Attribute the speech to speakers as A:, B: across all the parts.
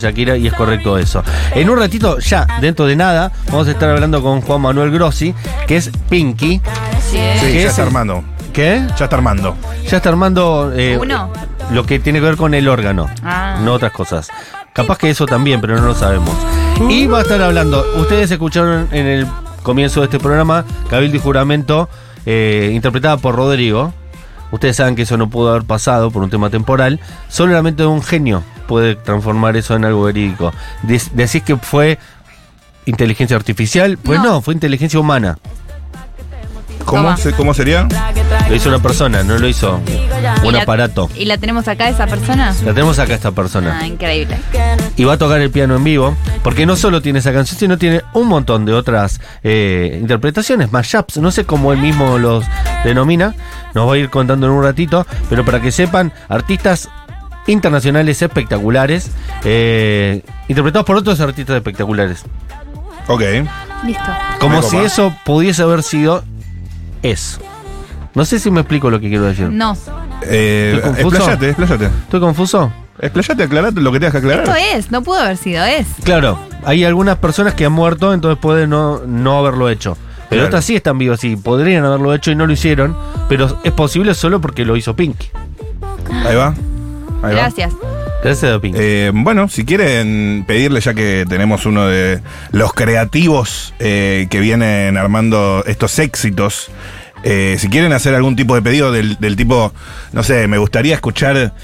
A: Shakira y es correcto eso. En un ratito, ya, dentro de nada, vamos a estar hablando con Juan Manuel Grossi, que es Pinky.
B: ¿eh?
C: Sí,
A: ¿Qué
C: ya
A: es
C: está
A: el-
C: armando.
A: ¿Qué?
C: Ya está armando.
A: Ya está armando eh,
B: Uno.
A: lo que tiene que ver con el órgano,
B: Ah.
A: no otras cosas. Capaz que eso también, pero no lo sabemos.
B: Uh.
A: Y va a estar hablando, ustedes escucharon en el comienzo de este programa, Cabildo y Juramento, eh, interpretada por Rodrigo. Ustedes saben que eso no pudo haber pasado por un tema temporal. Solamente un genio puede transformar eso en algo verídico. Dec- Decís que fue inteligencia artificial. Pues no,
B: No.
A: fue inteligencia humana.
C: ¿Cómo,
B: Toma.
C: se- ¿Cómo sería?
A: Lo hizo una persona, no lo hizo un
B: Y la-
A: aparato.
B: ¿Y la tenemos acá esa persona?
A: La tenemos acá esta persona.
B: Ah, increíble.
A: y va a tocar el piano en vivo, porque no solo tiene esa canción, sino tiene un montón de otras eh, interpretaciones, mashups, no sé cómo él mismo los denomina, nos va a ir contando en un ratito, pero para que sepan, artistas internacionales espectaculares, eh, interpretados por otros artistas espectaculares,
C: Ok.
B: Listo.
A: como
C: Me
A: si
C: copa.
A: eso pudiese haber sido eso. No sé si me explico lo que quiero decir.
B: No.
C: Eh,
A: ¿Estoy confuso?
C: explayate, explayate.
A: ¿Estoy confuso?
C: Explayate, aclarate lo que tengas que
B: Esto
C: aclarar.
B: es, no pudo haber sido, es.
A: Claro, hay algunas personas que han muerto, entonces pueden no, no haberlo hecho. Pero
C: Claro.
A: otras sí están vivas y podrían haberlo hecho y no lo hicieron, pero es posible solo porque lo hizo Pink.
C: Ahí va. Ahí va.
B: Gracias.
A: Gracias a Pink.
C: Eh, bueno, si quieren pedirle, ya que tenemos uno de los creativos eh, que vienen armando estos éxitos, eh, si quieren hacer algún tipo de pedido del, del tipo, no sé, me gustaría escuchar,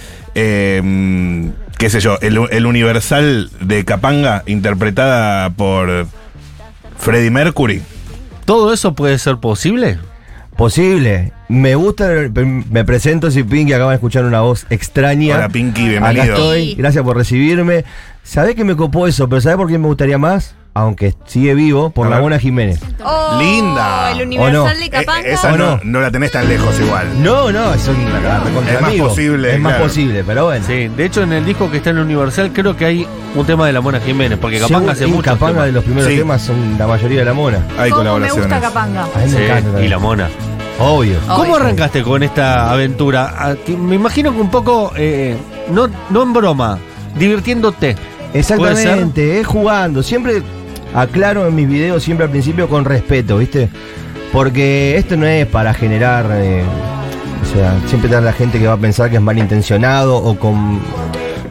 C: eh, qué sé yo, el, el Universal de Capanga interpretada por Freddie Mercury.
A: ¿Todo eso puede ser posible?
D: Posible. Me gusta, me presento, soy Pinky, acaba de escuchar una voz extraña.
C: Hola Pinky,
D: Acá
C: bienvenido.
D: estoy, gracias por recibirme. Sabés que me copó eso, pero ¿sabés por quién me gustaría más? Aunque sigue vivo, por
C: A
D: la
C: ver.
D: buena Jiménez.
B: Oh,
C: Linda.
B: El Universal
D: ¿O no?
B: de
C: Eh,
B: Capanga.
C: esa
D: ¿O
C: no,
D: no?
C: no la tenés tan lejos igual.
D: No, no, es un recontra
C: Es más
D: amigo.
C: posible,
D: Es más
C: claro.
D: posible, pero bueno.
A: Sí, de hecho en el disco que está en Universal creo que hay un tema de la Mona Jiménez, porque Capanga hace
D: Según-
A: mucho.
D: Capanga de los primeros
C: Sí.
D: temas son la mayoría de la mona.
C: Hay
B: ¿Cómo
C: colaboraciones.
B: Me gusta Capanga.
D: A mí me encanta
A: y
D: también.
A: la Mona.
D: Obvio.
B: Oh.
A: ¿Cómo
B: Obvio.
A: arrancaste con esta aventura? Ah, que Me imagino que un poco, eh, no, no en broma, divirtiéndote.
D: Exactamente, es jugando. Siempre aclaro en mis videos, siempre al principio con respeto, ¿viste? Porque esto no es para generar. eh, o sea, siempre está la gente que va a pensar que es malintencionado o con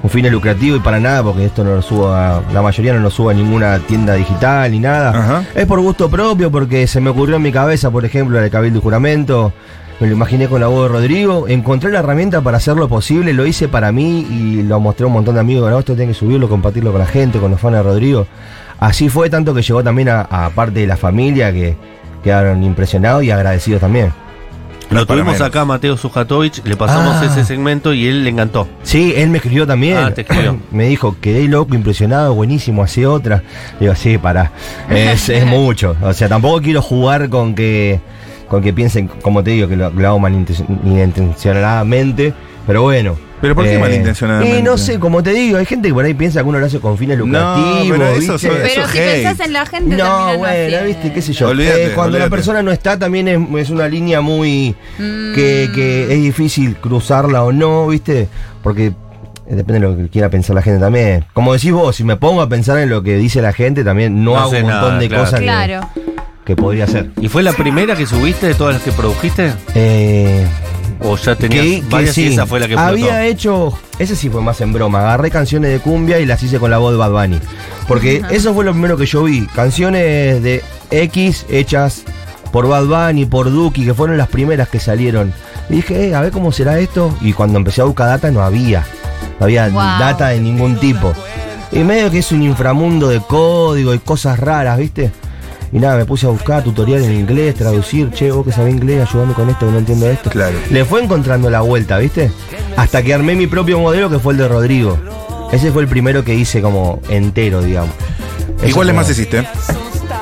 D: un fin lucrativo y para nada, porque esto no lo suba, la mayoría no lo suba a ninguna tienda digital ni nada.
C: Ajá.
D: Es por gusto propio, porque se me ocurrió en mi cabeza, por ejemplo, el Cabildo y Juramento. Me lo imaginé con la voz de Rodrigo. Encontré la herramienta para hacerlo posible, lo hice para mí y lo mostré a un montón de amigos. No, esto tiene que subirlo, compartirlo con la gente, con los fans de Rodrigo. Así fue, tanto que llegó también a, a parte de la familia que quedaron impresionados y agradecidos también.
A: Lo
C: Para
A: tuvimos
C: menos.
A: acá a Mateo Sujatovich, le pasamos
D: Ah.
A: ese segmento y él le encantó.
D: Sí, él me escribió también.
A: Ah, te escribió.
D: me dijo, quedé loco, impresionado, buenísimo, hace otra. Digo, sí, pará. Es, es mucho. O sea, tampoco quiero jugar con que con que piensen, como te digo, que lo, lo hago malinten- malintencionadamente. Pero bueno.
C: ¿Pero por qué malintencionadamente?
D: Y no sé, como te digo, hay gente que por ahí piensa que uno lo hace con fines lucrativos.
C: pero eso
D: ¿viste?
C: son-
B: Pero
C: Eso
B: si
C: es hate.
B: pensás en la gente, también
D: No,
B: lo
D: bueno,
B: hace.
D: viste, qué sé yo.
C: Olvídate,
D: Eh, cuando
C: olvídate.
D: la persona no está también es, es una línea muy... que, que es difícil cruzarla o no, viste, porque eh, depende de lo que quiera pensar la gente también. Como decís vos, si me pongo a pensar en lo que dice la gente también, no,
A: No
D: hago
A: hace
D: un montón
A: nada,
D: de
A: claro.
D: cosas que-
B: Claro.
D: que, podría hacer.
A: ¿Y fue la primera que subiste de todas las que produjiste?
D: Eh,
A: ¿O ya tenías
D: que- que
A: varias y
D: sí,
A: esa fue la que
D: Había e-
A: explotó?
D: hecho, ese sí fue más en broma, agarré canciones de cumbia y las hice con la voz de Bad Bunny. Porque eso fue lo primero que yo vi, canciones de X hechas por Bad Bunny, por Duki, que fueron las primeras que salieron. Y dije, eh, a ver cómo será esto. Y cuando empecé a buscar data no había, no había
B: Wow.
D: data de ningún tipo. Y medio que es un inframundo de código y cosas raras, ¿viste? Y nada, me puse a buscar tutorial en inglés, traducir, che, vos que sabés inglés, ayúdame con esto, que no entiendo esto.
C: Claro.
D: Le fue encontrando la vuelta, ¿viste? Hasta que armé mi propio modelo que fue el de Rodrigo. Ese fue el primero que hice como entero, digamos.
C: ¿Y
D: Ese
C: cuáles
D: fue-
C: más hiciste?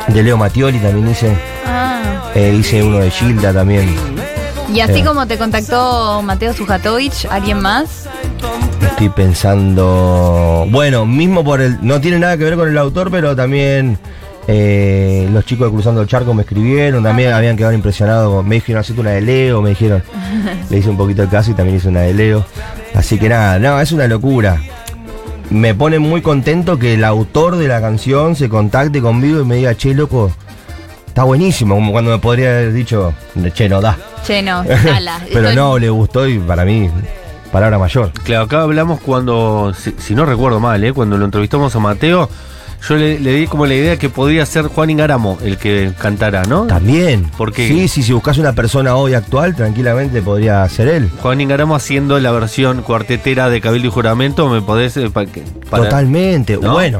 D: De Leo Mattioli también hice.
B: Ah.
D: Eh, hice uno de Gilda también.
B: Y así
D: Eh.
B: como te contactó Mateo Sujatovich, ¿alguien más?
D: Estoy pensando. Bueno, mismo por el. No tiene nada que ver con el autor, pero también. eh, los chicos de Cruzando el Charco me escribieron, también habían quedado impresionados. con- Me dijeron, hacete una de Leo, me dijeron. Le hice un poquito de caso y también hice una de Leo. Así que nada, no, es una locura. me pone muy contento que el autor de la canción se contacte conmigo y me diga, che, loco, está buenísimo, como cuando me podría haber dicho, che, no da.
B: Che, no, dala.
D: Pero
B: Esto-
D: no, le gustó y para mí, palabra mayor.
A: Claro, acá hablamos cuando, si, si no recuerdo mal, ¿eh? cuando lo entrevistamos a Mateo, yo le, le di como la idea que podría ser Juan Ingaramo el que cantara, ¿no?
D: También.
A: ¿Por qué?
D: Sí, sí, si buscas una persona hoy actual, tranquilamente podría ser él.
A: Juan Ingaramo haciendo la versión cuartetera de Cabildo y Juramento, me podés... eh, pa- que- para-
D: Totalmente.
A: ¿No?
D: Bueno,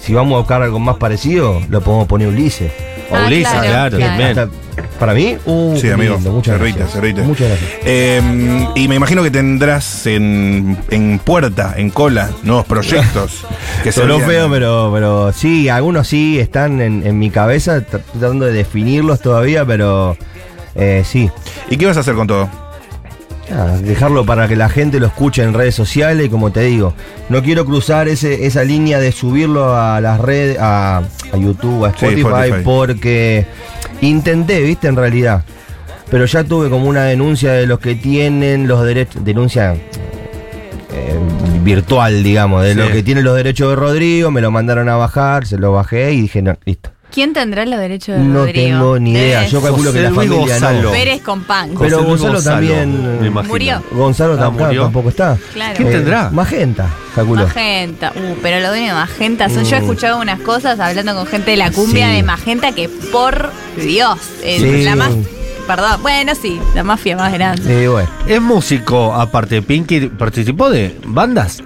D: si vamos a buscar algo más parecido, lo podemos poner Ulises.
A: O
B: Ah,
A: Ulises,
B: claro,
A: claro,
B: claro.
A: también.
D: Hasta- para mí, uh,
C: Sí,
D: qué
C: amigo.
D: lindo, muchas
C: Cerrita,
D: gracias.
C: cerrita.
D: Muchas gracias.
C: Eh, y me imagino que tendrás en, en puerta, en cola, nuevos proyectos. que
D: Sonó
C: serían-
D: feo, pero, pero sí, algunos sí están en, en mi cabeza, tra- tratando de definirlos todavía, pero eh, sí.
C: ¿Y qué vas a hacer con todo?
D: Ah, dejarlo para que la gente lo escuche en redes sociales, como te digo. No quiero cruzar ese, esa línea de subirlo a las redes, a, a YouTube, a
C: Sí,
D: Spotify,
C: Spotify.
D: porque intenté, viste, en realidad. Pero ya tuve como una denuncia de los que tienen los derechos, denuncia eh, virtual, digamos, de
A: Sí.
D: los que tienen los derechos de Rodrigo, me lo mandaron a bajar, se lo bajé y dije, no, listo.
B: ¿Quién tendrá los derechos de
D: No
B: Rodrigo?
D: tengo ni idea,
B: Debes-
D: yo calculo que la
A: José Luis
D: familia no.
A: Gonzalo.
B: Pérez con pan.
D: Pero
A: José Luis
D: Gonzalo también,
A: me imagino.
B: murió.
D: Gonzalo
A: Ah,
D: tampoco,
A: murió.
D: tampoco está. Eh,
B: Claro.
A: ¿Quién tendrá?
D: Magenta, calculo.
B: Magenta, uh, pero lo dueño de Magenta son. Yo he
D: Mm.
B: escuchado unas cosas hablando con gente de la cumbia
D: Sí.
B: de Magenta que por Dios, es
D: Sí.
B: la más. Perdón, bueno, sí, la mafia más grande.
D: Eh, bueno.
A: Es músico, aparte, Pinky participó de bandas,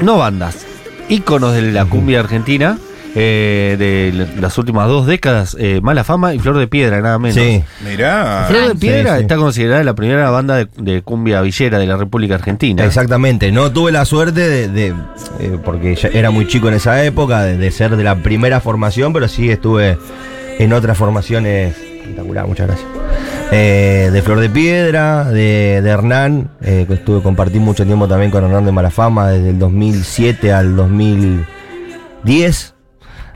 A: no bandas, íconos de la cumbia argentina, eh, de l- las últimas dos décadas, eh, Mala Fama y Flor de Piedra, nada menos.
D: Sí.
C: Mirá.
A: Flor de Piedra
D: sí.
A: está considerada la primera banda de, de cumbia villera de la República Argentina.
D: Exactamente, no tuve la suerte de, de- eh, porque ya era muy chico en esa época, de, de ser de la primera formación, pero sí estuve en otras formaciones, espectacular, muchas gracias. Eh, de Flor de Piedra, de, de Hernán, eh, que estuve, compartí mucho tiempo también con Hernán de Malafama, desde el 2007 al 2010.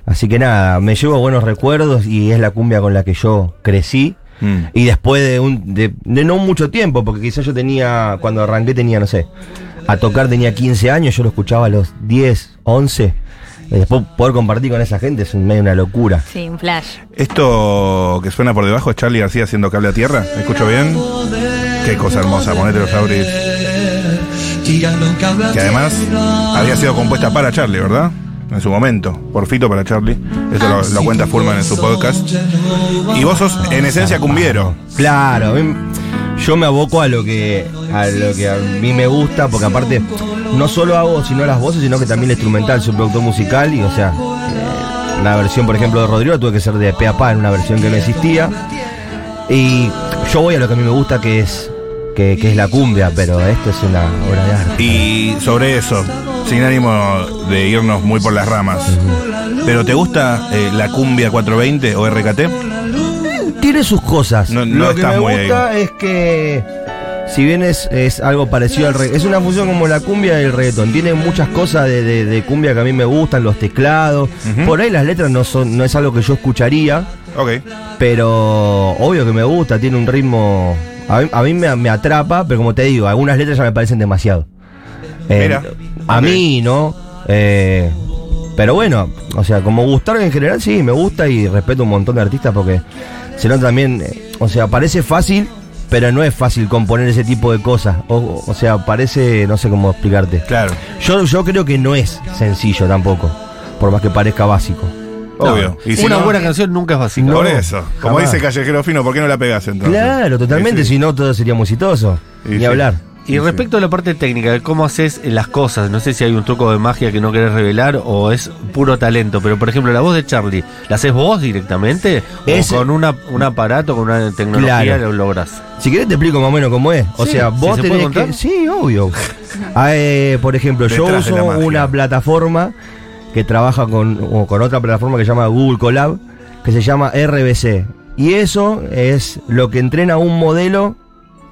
D: Así que nada, me llevo buenos recuerdos y es la cumbia con la que yo crecí.
C: Mm.
D: Y después de, un, de, de no mucho tiempo, porque quizás yo tenía, cuando arranqué tenía, no sé, a tocar tenía 15 años, yo lo escuchaba a los 10, 11. Y después poder compartir con esa gente es un- medio una locura.
B: Sí, un flash.
C: Esto que suena por debajo es Charlie García haciendo cable a tierra. ¿Me escucho bien? Qué cosa hermosa, ponete los auris. Que además había sido compuesta para Charlie, ¿verdad? En su momento, por Fito para Charlie. Eso lo, lo cuenta Furman en su podcast. Y vos sos, en esencia, cumbiero.
D: Claro, a mí- yo me aboco a lo que a lo que a mí me gusta, porque aparte no solo hago sino las voces, sino que también el instrumental, soy productor musical y o sea, eh, la versión por ejemplo de Rodrigo tuve que ser de pe a pa en una versión que no existía. Y yo voy a lo que a mí me gusta que es que, que es la cumbia, pero esto es una obra de arte.
C: Y sobre eso, sin ánimo de irnos muy por las ramas. ¿Pero te gusta eh, la cumbia 420 o RKT?
D: Tiene sus cosas.
C: No- no
D: lo que
C: estás
D: me
C: muy ahí.
D: gusta es que si bien es, es algo parecido al reggaetón, es una fusión como la cumbia y el reggaetón. Tiene muchas cosas de, de- de cumbia que a mí me gustan, los teclados.
C: Ujú.
D: Por ahí las letras no son, no es algo que yo escucharía,
C: Ok.
D: pero obvio que me gusta, tiene un ritmo. A mí, a mí me, me atrapa, pero como te digo, algunas letras ya me parecen demasiado. Eh,
C: Mira.
D: a
C: Ok.
D: mí, ¿no? Eh, pero bueno, o sea, como gustar en general, sí, me gusta y respeto un montón de artistas porque si no también, eh, o sea, parece fácil, pero no es fácil componer ese tipo de cosas. O, o sea, parece, no sé cómo explicarte.
C: Claro.
D: Yo, yo creo que no es sencillo tampoco, por más que parezca básico.
A: No,
C: Obvio. Y si
A: una
C: no-
A: buena canción nunca es vacía.
C: Por eso. Como
D: jamás.
C: dice Callejero Fino, ¿por qué no la pegas entonces?
D: Claro, totalmente,
C: Sí, sí.
D: si no todo sería musitoso.
C: Y
D: Ni
C: sí.
D: hablar.
C: Sí,
A: Y respecto a la parte técnica, de cómo haces las cosas, no sé si hay un truco de magia que no querés revelar o es puro talento, pero por ejemplo, la voz de Charlie, ¿la haces vos directamente? ¿O
D: Ese-
A: con una, un aparato, con una tecnología
D: Claro.
A: lo lográs?
D: Si querés te explico más o menos cómo es. O
A: Sí,
D: sea,
A: si
D: vos
A: se puede
D: tenés
A: contar.
D: que. Sí, obvio. Ah, eh, por ejemplo, yo
C: Detrás de la
D: uso
C: magia.
D: una plataforma que trabaja con, o con otra plataforma que se llama Google Colab, que se llama RBC. Y eso es lo que entrena un modelo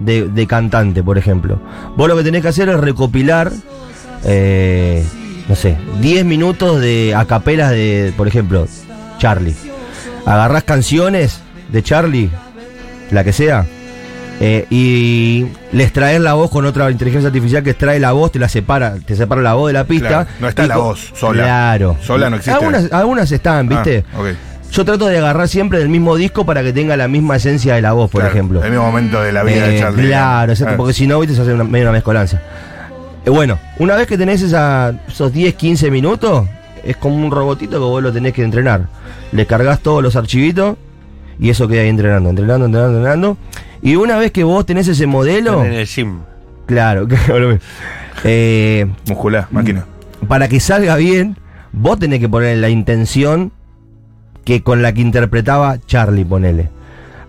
D: de, de cantante, por ejemplo. Vos lo que tenés que hacer es recopilar, eh, no sé, 10 minutos de acapelas de, por ejemplo, Charlie. Agarrás canciones de Charlie, la que sea, eh, y les traer la voz con otra inteligencia artificial que extrae la voz, te la separa, te separa la voz de la pista.
C: Claro, no está
D: Y
C: la
D: co-
C: voz sola.
D: Claro.
C: Sola no existe.
D: Algunas, algunas están, ¿viste?
C: Ah, ok.
D: Yo trato de agarrar siempre del mismo disco para que tenga la misma esencia de la voz, por
C: Claro,
D: ejemplo.
C: El mismo momento de la vida
D: Eh,
C: de Charlie.
D: Claro, exacto,
C: Ah.
D: porque si no, viste, se hace una, medio una mezcolanza. Eh, bueno, una vez que tenés esa- esos 10, 15 minutos, es como un robotito que vos lo tenés que entrenar. Le cargas todos los archivitos y eso queda ahí entrenando, entrenando, entrenando, entrenando. Y una vez que vos tenés ese modelo,
A: En el gym.
D: claro, que- eh,
C: Muscular, máquina.
D: para que salga bien, vos tenés que poner la intención que con la que interpretaba Charlie, ponele.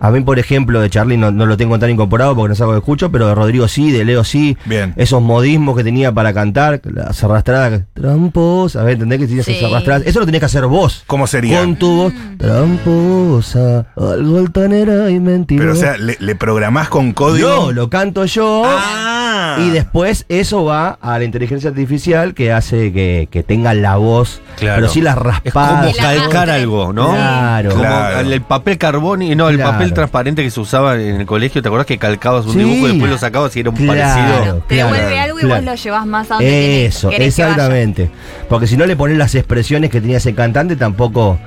D: A mí, por ejemplo, de Charlie no, no lo tengo tan incorporado porque no es algo que escucho, pero de Rodrigo sí, de Leo sí.
C: Bien.
D: Esos modismos que tenía para cantar, las arrastradas, tramposa, a ver, ¿entendés que tenías
B: Sí.
D: esas arrastradas? Eso lo tenés que hacer vos.
C: ¿Cómo sería?
D: Con tu voz, tramposa, algo altanera y
C: Pero, o
D: mentirosa.
C: sea, ¿le, le programás con código?
D: no, lo canto yo.
C: Ah.
D: Y después eso va a la inteligencia artificial que hace que, que tenga la voz,
A: Claro.
D: pero sí la
A: Es
D: raspada.
A: como
B: Y la
A: calcar
B: otra.
A: algo, ¿no?
D: Claro.
A: Como
C: Claro.
A: el- el papel carbón y no, el
D: Claro.
A: papel transparente que se usaba en el colegio, ¿te acordás que calcabas un
D: Sí.
A: dibujo y después lo sacabas y era un
D: Claro.
A: parecido?
B: Te
D: claro,
B: devuelve algo y
D: claro.
B: vos lo llevas más a donde tenés-
D: Eso,
B: querés que vaya.
D: exactamente. Porque si no le pones las expresiones que tenía ese cantante, tampoco.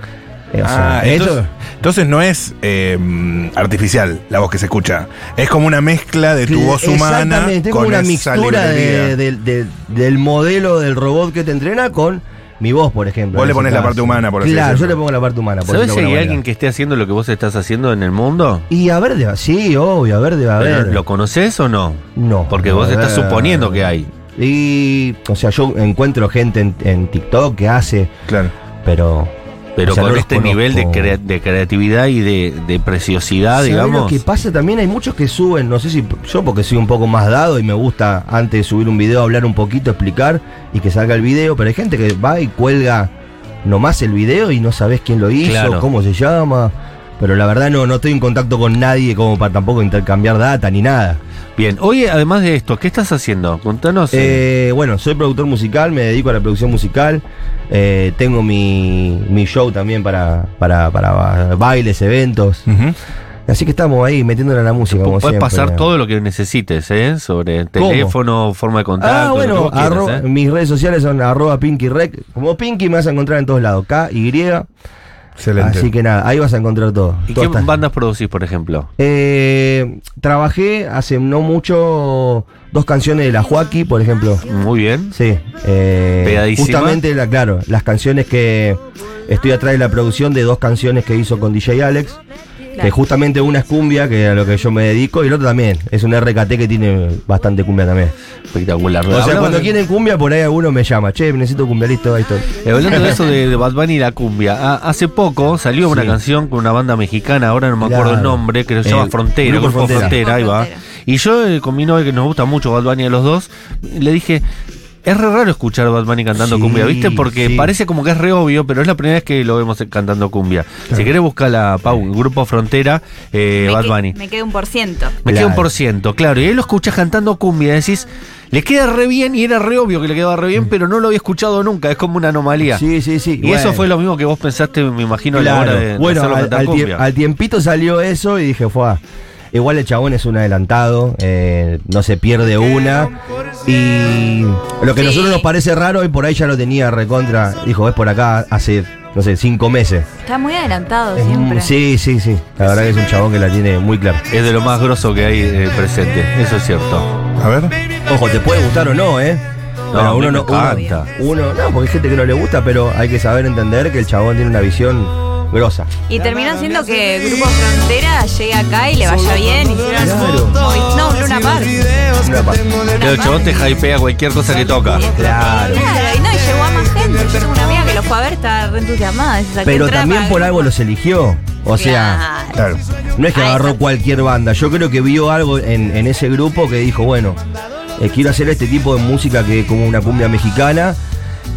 D: eh, o
C: Ah,
D: sea, esto-
C: entonces, entonces no es eh, artificial la voz que se escucha. Es como una mezcla de tu
D: que-
C: voz humana
D: Exactamente, es como
C: con
D: una
C: esa
D: mixtura
C: librería.
D: de- del- del- del modelo del robot que te entrena con mi voz, por ejemplo.
C: Vos
D: en
C: le
D: ese
C: ponés la
D: caso.
C: parte humana, por así
D: Claro, yo
C: decirlo.
D: le pongo la parte humana. por
A: ¿Sabes si
D: decirlo de
A: hay
D: alguna
A: alguien
D: manera.
A: que esté haciendo lo que vos estás haciendo en el mundo?
D: Y a ver, de- sí, obvio, a ver, debe
A: Pero,
D: haber.
A: ¿Lo conoces o no?
D: No.
A: Porque vos
D: A
A: estás
D: ver.
A: suponiendo que hay.
D: Y, o sea, yo encuentro gente en, en TikTok que hace,
C: Claro.
D: pero.
A: Pero
D: o sea,
A: con
D: no los
A: este nivel de,
D: conozco.
A: crea- de creatividad y de, de preciosidad,
D: ¿Sabés
A: digamos.
D: Lo que pasa también, hay muchos que suben, no sé si yo porque soy un poco más dado y me gusta antes de subir un video hablar un poquito, explicar y que salga el video, pero hay gente que va y cuelga nomás el video y no sabes quién lo hizo,
A: Claro.
D: cómo se llama. Pero la verdad no, no estoy en contacto con nadie como para tampoco intercambiar data ni nada.
A: Bien, hoy además de esto, ¿qué estás haciendo? Contanos. eh,
D: Eh, bueno, soy productor musical, me dedico a la producción musical. eh, tengo mi, mi show también para, para, para ba- bailes, eventos.
C: Ujú.
D: Así que estamos ahí metiéndole a la música. Como
A: Puedes
D: siempre,
A: pasar
D: ¿no?
A: todo lo que necesites, ¿eh? Sobre el
D: ¿Cómo?
A: teléfono, forma de contacto.
D: Ah,
A: lo que
D: bueno,
A: vos quieras,
D: arro-
A: ¿eh?
D: mis redes sociales son arroba pinkyrec. Como Pinky me vas a encontrar en todos lados. K, Y.
C: Excelente.
D: Así que nada, ahí vas a encontrar todo.
A: ¿Y
D: Todo
A: qué
D: está-
A: bandas producís, por ejemplo?
D: Eh, trabajé hace no mucho dos canciones de la Joaquí, por ejemplo.
A: Muy bien.
D: Sí. eh,
A: Pegadísima.
D: justamente, la, claro, las canciones que estoy atrás de la producción de dos canciones que hizo con DJ Alex. Que justamente una es cumbia, que a lo que yo me dedico, y el otro también. Es un RKT que tiene bastante cumbia también.
A: Espectacular.
D: O sea,
A: Hablaba
D: cuando
A: de-
D: quieren cumbia, por ahí alguno me llama. Che, necesito cumbia, listo, ahí estoy.
A: Eh, Hablando de eso de, de Bad Bunny y la cumbia, ah, hace poco salió una
D: Sí.
A: canción con una banda mexicana, ahora no me acuerdo el
D: Claro.
A: nombre, que se llama
D: El
A: Frontera,
D: Grupo
A: Grupo Frontera,
D: Frontera.
A: ahí va.
B: Frontera.
A: Y yo eh, con mi novia, que nos gusta mucho Bad Bunny a los dos, le dije, es re raro escuchar a Bad Bunny cantando
D: Sí,
A: cumbia, ¿viste? Porque
D: sí.
A: parece como que es re obvio, pero es la primera vez que lo vemos eh, cantando cumbia. Si querés buscar la Pau, Grupo Frontera, eh,
B: Me
A: Bad
B: que-
A: Bunny.
B: Me queda un por ciento.
A: Me queda un
D: Claro.
A: por ciento, claro. Y ahí lo escuchás cantando cumbia, decís, le queda re bien y era re obvio que le quedaba re
D: Mm.
A: bien, pero no lo había escuchado nunca, es como una anomalía.
D: Sí, sí, sí.
A: Y eso fue lo mismo que vos pensaste, me imagino,
D: Claro.
A: a la hora de, de
D: Bueno,
A: hacerlo
D: al,
A: cantar
D: al tie-
A: cumbia.
D: al tiempito salió eso y dije, fue. Igual el chabón es un adelantado, eh, no se pierde una. Y lo que a
B: Sí.
D: nosotros nos parece raro, hoy por ahí ya lo tenía recontra. Dijo, es por acá hace, no sé, cinco meses.
B: Está muy adelantado
D: Es
B: siempre.
D: un- sí, sí, sí. La verdad que es un chabón que la tiene muy clara.
A: Es de lo más grosso que hay eh, presente, eso es cierto.
C: A ver.
D: Ojo, te puede gustar o no, ¿eh?
A: No, a mí me encanta.
D: Uno, no, porque hay gente que no le gusta, pero hay que saber entender que el chabón tiene una visión grosa.
B: Y terminó siendo que Grupo Frontera llegue acá y le vaya bien. Hicieron
D: Claro.
B: Movi- No, Luna Park.
D: Una parte.
A: Pero el chabón te hypea cualquier cosa que toca.
B: Claro,
D: Claro.
B: y no, y llegó a más gente. Yo tengo una amiga que lo fue a ver, está re entusiasmada. dice, saqué
D: Pero
B: entrada
D: también
B: para
D: por
B: Grupo-
D: algo los eligió. O sea,
B: Claro.
C: Claro.
D: no es que agarró cualquier banda. Yo creo que vio algo en, en ese grupo que dijo, bueno, eh, quiero hacer este tipo de música que es como una cumbia mexicana.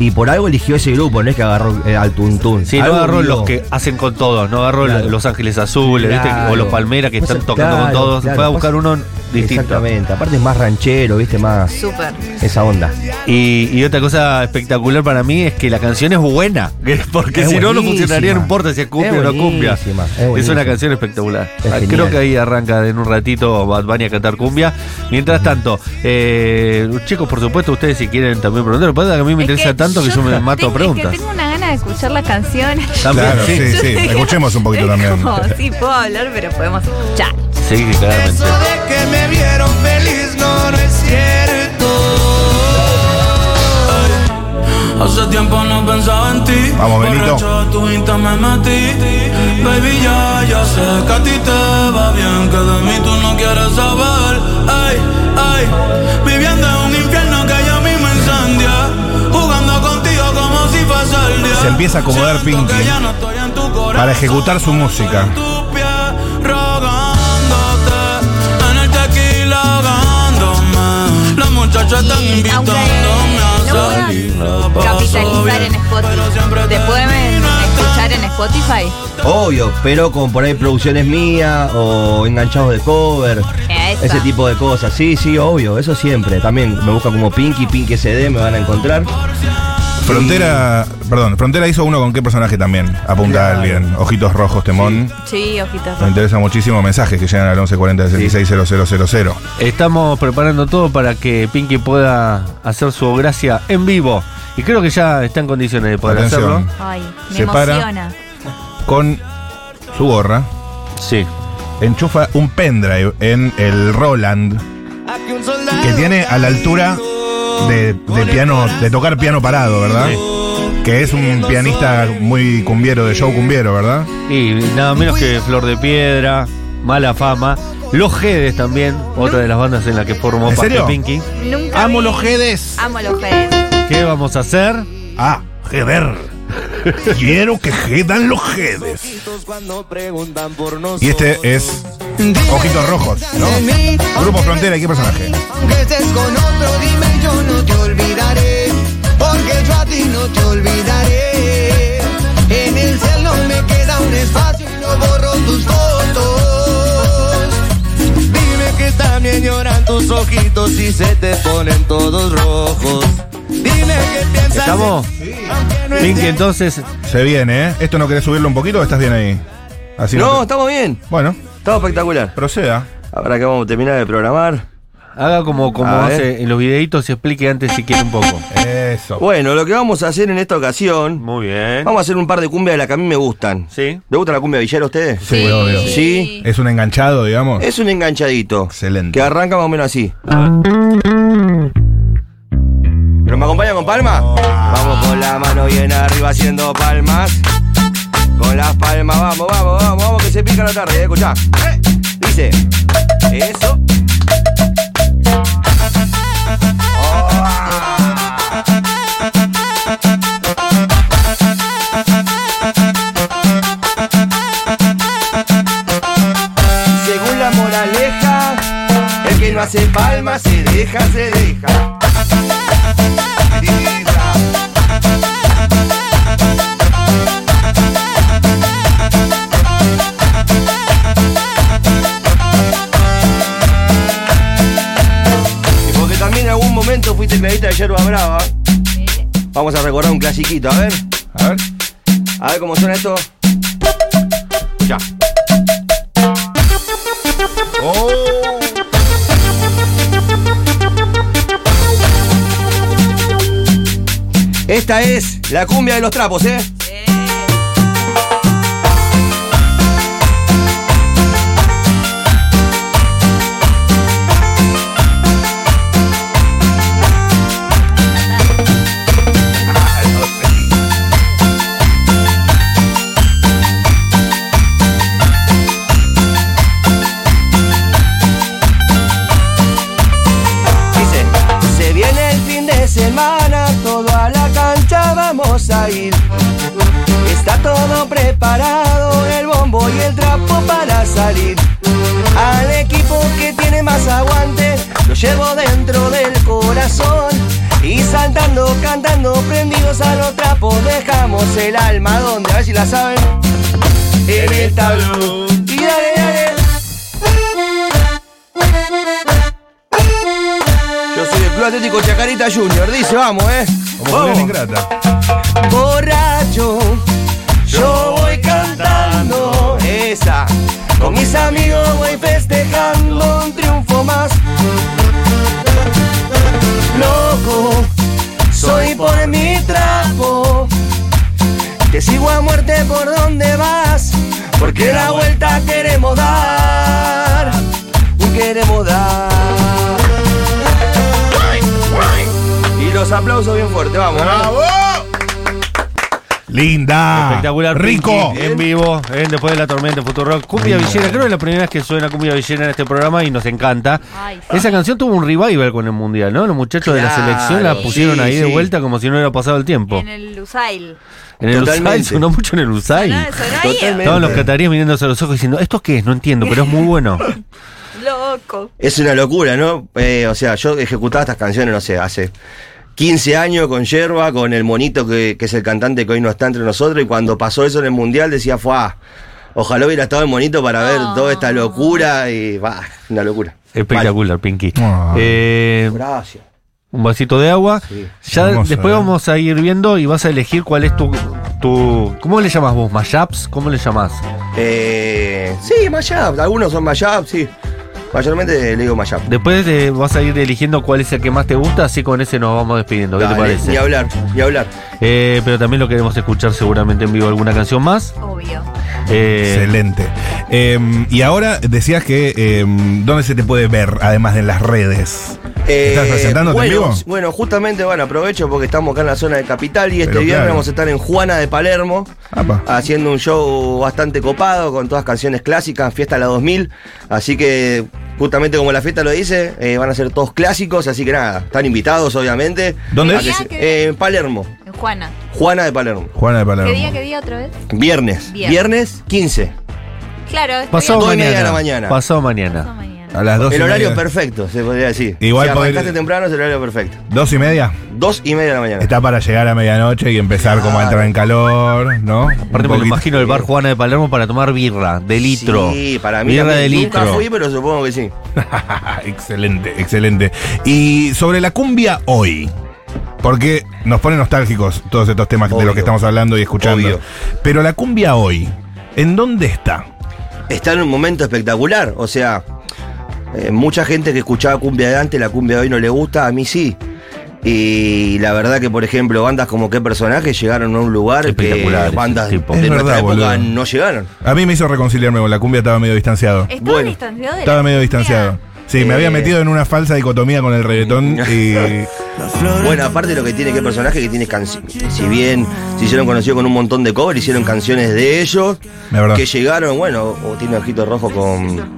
D: Y por algo eligió ese grupo, no es que agarró eh, al tuntún.
A: Sí, no
D: Algo
A: agarró
D: vio.
A: los que hacen con todos, no agarró
D: Claro.
A: Los Ángeles Azules, ¿viste?
D: Claro.
A: o los Palmeras que están
D: Pasa-
A: tocando con
D: claro,
A: todos.
D: claro,
A: Fue a buscar
D: pasa-
A: uno distinto.
E: Exactamente. Aparte es más ranchero, viste, más
B: Súper.
E: esa onda.
A: Y, y otra cosa espectacular para mí es que la canción es buena. Porque
E: Es
A: si no, no
E: buenísima.
A: funcionaría, no importa si es cumbia o
E: Es
A: no cumbia.
E: buenísima, es
A: Es
E: buenísima.
A: una canción espectacular.
E: Es
A: Ah, Creo
E: genial.
A: que ahí arranca en un ratito Bad Bunny a cantar cumbia. Mientras tanto, eh, chicos, por supuesto, ustedes si quieren también preguntar. Lo que pasa es que a mí me
B: Es
A: interesa tanto que yo me mato a
B: tengo-
A: preguntas.
B: Es que tengo una gana de escuchar la canción.
A: También,
C: Claro,
A: sí.
C: sí.
B: Yo sé que-
C: escuchemos un poquito
B: es
C: también.
B: como, sí, puedo hablar, pero podemos escuchar.
A: Sí, claramente.
F: Eso de que me vieron feliz no, no es cierto.
G: Hace tiempo no pensaba en ti.
C: Vamos, Benito.
G: Borracho de tu Insta me metí. Baby, ya, ya sé que a ti te va bien, que de mí tú no quieres saber. Ay, ay, viviendo en un infierno que yo mismo incendia. Jugando contigo como si fuese el día.
C: Se empieza a acomodar
G: Siento que
C: Pinky
G: ya no estoy en tu corazón,
C: para ejecutar su música.
G: en tu piel, rogándote. En el tequila ahogándome. Las muchachas están
B: Y aunque
G: invitándome a
B: no
G: salir. La
B: puedan
G: paso
B: capitalizar
G: bien.
B: en Spotify, ¿te pueden escuchar en Spotify?
E: Obvio, pero con por ahí producciones mías o enganchados de cover.
B: Esa.
E: Ese tipo de cosas. Sí, sí, obvio, eso siempre. También me busca como Pinky, Pinky CD, me van a encontrar.
C: Frontera, perdón, Frontera hizo uno con qué personaje también. Apunta
E: Claro.
C: al bien. Ojitos rojos, temón.
B: Sí, ojitos.
C: Me interesa muchísimo mensajes que llegan al 1140 66 000.
A: Estamos preparando todo para que Pinky pueda hacer su gracia en vivo. Y creo que ya está en condiciones de poder
C: Atención.
A: hacerlo.
B: Ay, me
C: Se para.
B: emociona.
C: Con su gorra,
A: Sí.
C: enchufa un pendrive en el Roland que tiene a la altura de, de piano, de tocar piano parado, ¿verdad? Que es un pianista muy cumbiero, de show cumbiero, ¿verdad?
A: Y nada menos que Flor de Piedra, Mala Fama, Los Jedes también, otra de las bandas en la que formó
C: ¿En
A: parte
C: serio?
A: Pinky.
B: Nunca
C: Amo
B: vi-
C: los Jedes.
B: Amo los Jedes.
A: ¿Qué vamos a hacer?
C: Ah, Jeder. Quiero que jedan los Jedes.
F: Cuando preguntan por nosotros.
C: Y este es Ojitos Rojos, ¿no? Grupo Frontera, ¿y qué personaje?
F: Aunque estés con otro, dime yo no te olvidaré. Porque yo a ti no te olvidaré. En el cielo me queda un espacio y no borro tus fotos. Dime que también lloran tus ojitos y se te ponen todos rojos. Dime que piensas.
A: ¿Estamos? Pinky entonces,
C: Se viene, ¿eh? ¿Esto no querés subirlo un poquito o estás bien ahí? Así
D: No,
C: te-
D: estamos bien.
C: Bueno,
D: Estamos espectacular.
C: proceda.
D: Ahora que vamos a terminar de programar.
A: haga como, como
D: A
A: hace en los videitos y explique antes si quiere un poco.
C: Eso.
D: Bueno, lo que vamos a hacer en esta ocasión,
A: Muy bien.
D: vamos a hacer un par de cumbias de las que a mí me gustan.
A: Sí.
D: ¿Le gusta la cumbia villera a ustedes?
C: Sí, obvio.
D: Sí.
C: Es un enganchado, digamos.
D: Es un enganchadito.
C: Excelente.
D: Que arranca más o menos así. ¿Pero me acompaña con palma? Vamos con la mano bien arriba haciendo palmas. Con las palmas, vamos, vamos, vamos, vamos, que se pica la tarde, ¿eh? escuchá. Eh, Dice, eso. Oh, ah. Según la moraleja, el que no hace palmas se deja, se deja. Grita. Y porque también en algún momento fuiste tecladista de Yerba Brava, vamos a recordar un clasiquito, a ver,
C: A ver.
D: a ver cómo suena esto. Escucha. Oh. Esta es la cumbia de los trapos, ¿eh? Dice, se viene el fin de semana, todo a la cancha vamos a ir. Está todo preparado, el bombo y el trapo para salir. Al equipo que tiene más aguante, lo llevo dentro del corazón. Y saltando, cantando, prendidos a los trapos, dejamos el alma donde, a ver si la saben. En el tablón. Y dale, dale. Club Atlético Chacarita Junior. Dice, vamos, eh.
C: Como
D: Vamos.
C: Julián Ingrata.
D: Borracho, yo voy cantando esa. Con mis amigos voy festejando un triunfo más. Loco, soy por mi trapo. Te sigo a muerte por donde vas, porque la vuelta queremos dar. Queremos dar. Y los aplausos bien fuerte, vamos. ¿no?
C: Linda.
A: Espectacular.
C: Ah, Rico.
A: Pinky, Eh, En vivo, en Después de la Tormenta, Futuro Rock. Cumbia Villena, creo que es la primera vez que suena Cumbia Villena en este programa y nos encanta.
H: Ay, sí.
A: Esa canción tuvo un revival con el Mundial, ¿no? Los muchachos de la
D: Claro,
A: selección la pusieron
D: sí,
A: ahí de
D: sí.
A: vuelta como si no hubiera pasado el tiempo.
B: En el Lusail.
A: En el
D: Totalmente.
A: Usai, sonó mucho en el Usai.
B: No, eso era ahí.
D: Totalmente.
A: Estaban los cataríes mirándose a los ojos diciendo, ¿esto qué es? No entiendo, pero es muy bueno.
B: Loco.
D: Es una locura, ¿no? Eh, o sea, yo ejecutaba estas canciones, no sé, hace 15 años con Yerba, con el monito que, que es el cantante que hoy no está entre nosotros, y cuando pasó eso en el mundial decía, fue, ojalá hubiera estado el monito para ver
H: No.
D: toda esta locura, y va, una locura.
A: Espectacular, Pinky.
C: Ah.
A: Eh,
D: Gracias.
A: un vasito de agua.
D: Sí.
A: Ya
C: Hermoso,
A: después
C: ¿eh?
A: vamos a ir viendo y vas a elegir cuál es tu. tu ¿Cómo le llamás vos? ¿Mashups? ¿Cómo le llamás?
D: Eh, sí, Mayab, algunos son Mayab, sí. Mayormente le digo Mayab.
A: Después eh, vas a ir eligiendo cuál es el que más te gusta, así con ese nos vamos despidiendo. ¿Qué te
D: Dale,
A: parece?
D: Ni hablar, ni hablar.
A: Eh, pero también lo queremos escuchar seguramente en vivo alguna canción más.
B: Obvio.
A: Eh,
C: Excelente. Em, y ahora decías que em, ¿dónde se te puede ver? Además de en las redes. ¿Estás
D: Eh,
C: presentándote
D: bueno,
C: en vivo?
D: s- Bueno, justamente, bueno, aprovecho porque estamos acá en la zona de Capital y este
C: Pero
D: viernes
C: claro.
D: vamos a estar en Juana de Palermo
C: Apa.
D: haciendo un show bastante copado con todas canciones clásicas, Fiesta de la 2000. Así que, justamente como la fiesta lo dice, eh, van a ser todos clásicos, así que nada, están invitados, obviamente.
C: ¿Dónde
D: A
C: es?
D: que se- eh, en Palermo,
B: En Juana.
D: Juana de Palermo.
C: Juana de Palermo.
H: ¿Qué día, qué día otra vez?
D: Viernes,
B: Bien.
D: viernes 15.
B: Claro, está
A: pasado
D: Dos y
A: mañana.
D: media de la mañana.
A: Pasado
H: Pasado
A: mañana. Ah,
H: mañana.
C: A las dos
D: el
C: y
D: horario
C: media.
D: perfecto, se podría decir.
C: Igual
D: si
C: poder-
D: arrancaste temprano es el horario perfecto.
C: Dos y media.
D: Dos y media de la mañana.
C: Está para llegar a medianoche y empezar como a entrar en calor, ¿no?
A: Aparte
C: Un
A: me lo
C: poquito.
A: imagino el bar Juana de Palermo para tomar birra de litro.
D: Sí, para mí.
A: Birra
D: también.
A: de
D: Nunca
A: litro.
D: fui, pero supongo que sí.
C: Ah, excelente, excelente. Y sobre la cumbia hoy. Porque nos pone nostálgicos todos estos temas de
D: Obvio.
C: los que estamos hablando y escuchando.
D: Obvio.
C: Pero la cumbia hoy, ¿en dónde está?
D: Está en un momento espectacular. O sea, eh, mucha gente que escuchaba cumbia de antes, la cumbia de hoy no le gusta, a mí sí. Y la verdad que, por ejemplo, bandas como qué personaje llegaron a un lugar que
A: Espectaculares,
D: bandas de
A: tipo.
C: Es
D: nuestra
C: verdad,
D: época
C: boludo.
D: no llegaron.
C: A mí me hizo reconciliarme con la cumbia, estaba medio distanciado.
H: ¿Estaba
D: Bueno,
H: distanciado de la
C: Estaba medio
H: cumbia?
C: distanciado. Sí, me
D: Eh. Mm.
C: había metido en una falsa dicotomía con el reggaetón y.
D: Bueno, aparte lo que tiene que personaje que tiene canciones. Si bien se hicieron conocidos con un montón de cover, hicieron canciones de ellos.
C: La verdad.
D: Que llegaron, bueno, o tiene ojito rojo con,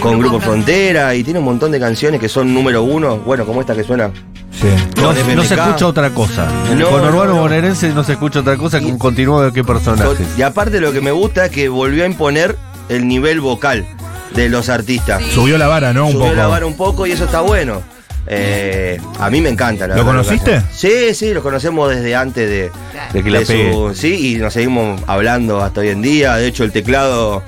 D: con Grupo Frontera y tiene un montón de canciones que son número uno. Bueno, como esta que suena.
C: Sí.
A: No,
D: Con
A: no
D: FMK.
A: se escucha otra cosa.
D: No,
A: Con Urbano
D: no, no.
A: Bonaerense no se escucha otra cosa que un continuo de qué personaje.
D: Y aparte lo que me gusta es que volvió a imponer el nivel vocal de los artistas.
C: Subió la vara, ¿no? Un
D: Subió
C: poco.
D: la vara un poco y eso está bueno. Eh, a mí me encanta. La
C: ¿Lo
D: verdad,
C: conociste?
D: los cantantes. Sí, sí, los conocemos desde antes de,
A: De que la
D: de su-
A: pegue.
D: sí, y nos seguimos hablando hasta hoy en día. De hecho, el teclado,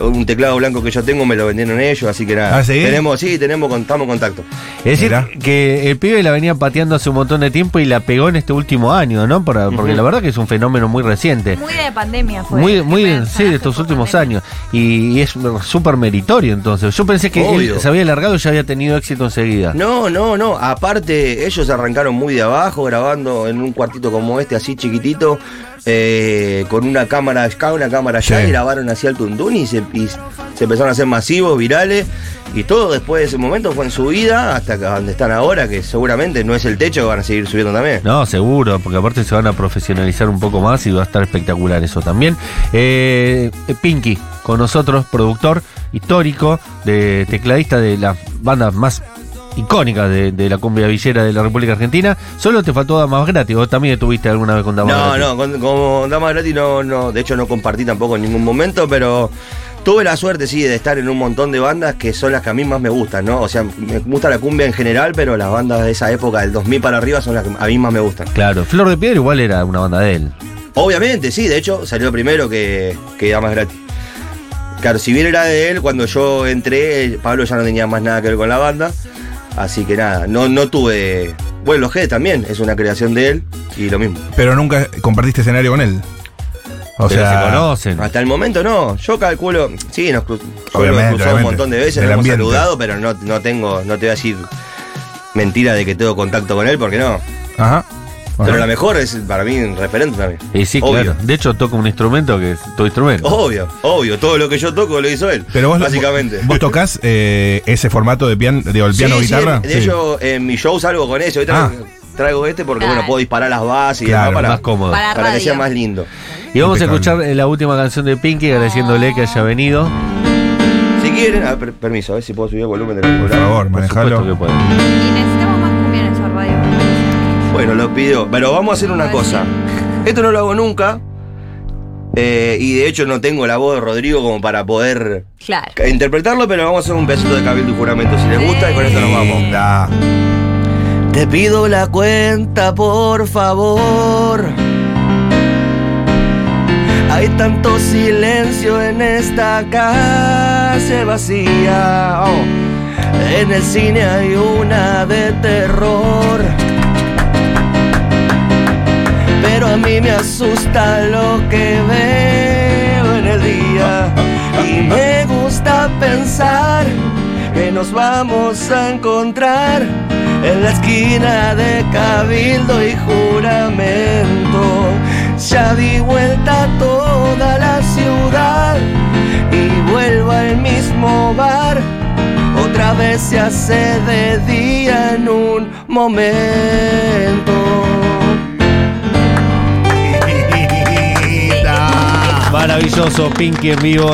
D: un teclado blanco que yo tengo, me lo vendieron ellos, así que nada.
C: ¿Ah, sí?
D: Tenemos, sí, tenemos, con- estamos en contacto.
A: Es decir,
C: Mirá.
A: que el pibe la venía pateando hace un montón de tiempo y la pegó en este último año, ¿no? Para- porque la verdad que es un fenómeno muy reciente.
H: Muy de pandemia fue.
A: Muy, muy,
H: Fue
A: sí, de estos
H: fue
A: últimos
H: pandemia.
A: años. Y, y es súper meritorio, entonces. Yo pensé que
D: Obvio.
A: él se había alargado y ya había tenido éxito enseguida.
D: No, no, no. Aparte, ellos arrancaron muy de abajo, grabando en un cuartito como este, así chiquitito, eh, con una cámara acá, una cámara allá,
C: Sí.
D: y grabaron así al tundún y se, y se empezaron a hacer masivos, virales, y todo después de ese momento fue en subida hasta acá donde están ahora, que seguramente no es el techo, van a seguir subiendo también.
A: No, seguro, porque aparte se van a profesionalizar un poco más y va a estar espectacular eso también. Eh, Pinky, con nosotros, productor histórico, de tecladista de las bandas más icónicas de, de la cumbia villera de la República Argentina. Solo te faltó Damas Gratis, vos también estuviste alguna vez con Damas
D: No,
A: Gratis.
D: no, con- como Dama Gratis no, no, de hecho no compartí tampoco en ningún momento, pero tuve la suerte, sí, de estar en un montón de bandas que son las que a mí más me gustan, ¿no? O sea, me gusta la cumbia en general, pero las bandas de esa época, del 2000 para arriba, son las que a mí más me gustan.
A: Claro, Flor de Piedra igual era una banda de él.
D: Obviamente, sí, de hecho salió primero que, que Damas Gratis. Claro, si bien era de él, cuando yo entré, Pablo ya no tenía más nada que ver con la banda. Así que nada, no, no tuve. Bueno, los G también, es una creación de él y lo mismo.
C: Pero nunca compartiste escenario con él. O
A: Pero
C: sea,
A: se conocen.
D: Hasta el momento no, yo calculo, sí, nos, cru- yo
C: Obviamente,
D: nos cruzamos un
C: obviamente.
D: montón de veces,
C: Del
D: nos hemos
C: ambiente.
D: saludado, pero no, no tengo, no te voy a decir mentira de que tengo contacto con él, porque no.
C: Ajá.
D: Pero la
C: Ajá.
D: mejor es para mí un referente también.
A: Y sí,
D: obvio. Oh,
A: claro. De hecho, toca un instrumento que es tu instrumento.
D: Obvio, obvio, todo lo que yo toco lo hizo él.
C: Pero vos,
D: básicamente.
C: vos tocás eh, ese formato de piano, digo, el
D: Sí,
C: piano
D: sí,
C: guitarra.
D: de de hecho, en mi show salgo con eso. Ahorita
C: Ah.
D: traigo este porque, bueno,
I: Claro.
D: puedo disparar las bases y
C: Claro,
D: demás para,
A: más cómodo.
I: Para
D: para que
I: radio.
D: sea más lindo.
A: Y vamos a
C: Impecable.
A: escuchar eh, la última canción de Pinky, agradeciéndole que haya venido.
D: Si quieren, a ver, per- permiso, a ver si puedo subir el volumen del
C: Por
D: celular.
C: favor, manejalo.
A: Por supuesto que puede.
B: Y necesitamos más cumbia en su radio. me parece.
D: Bueno, lo pido. Pero vamos a hacer una cosa. Esto no lo hago nunca. eh, y de hecho no tengo la voz de Rodrigo como para poder
I: Claro.
D: ca- interpretarlo, pero vamos a hacer un besito de cabildo y juramento si les gusta y con esto nos vamos.
C: Da.
D: Te pido la cuenta, por favor. Hay tanto silencio en esta calle vacía. Oh. En el cine hay una de terror. Pero a mí me asusta lo que veo en el día. Y me gusta pensar que nos vamos a encontrar en la esquina de Cabildo y Juramento. Ya di vuelta a toda la ciudad y vuelvo al mismo bar. Otra vez se hace de día en un momento.
C: Da.
A: Maravilloso, Pinky en vivo.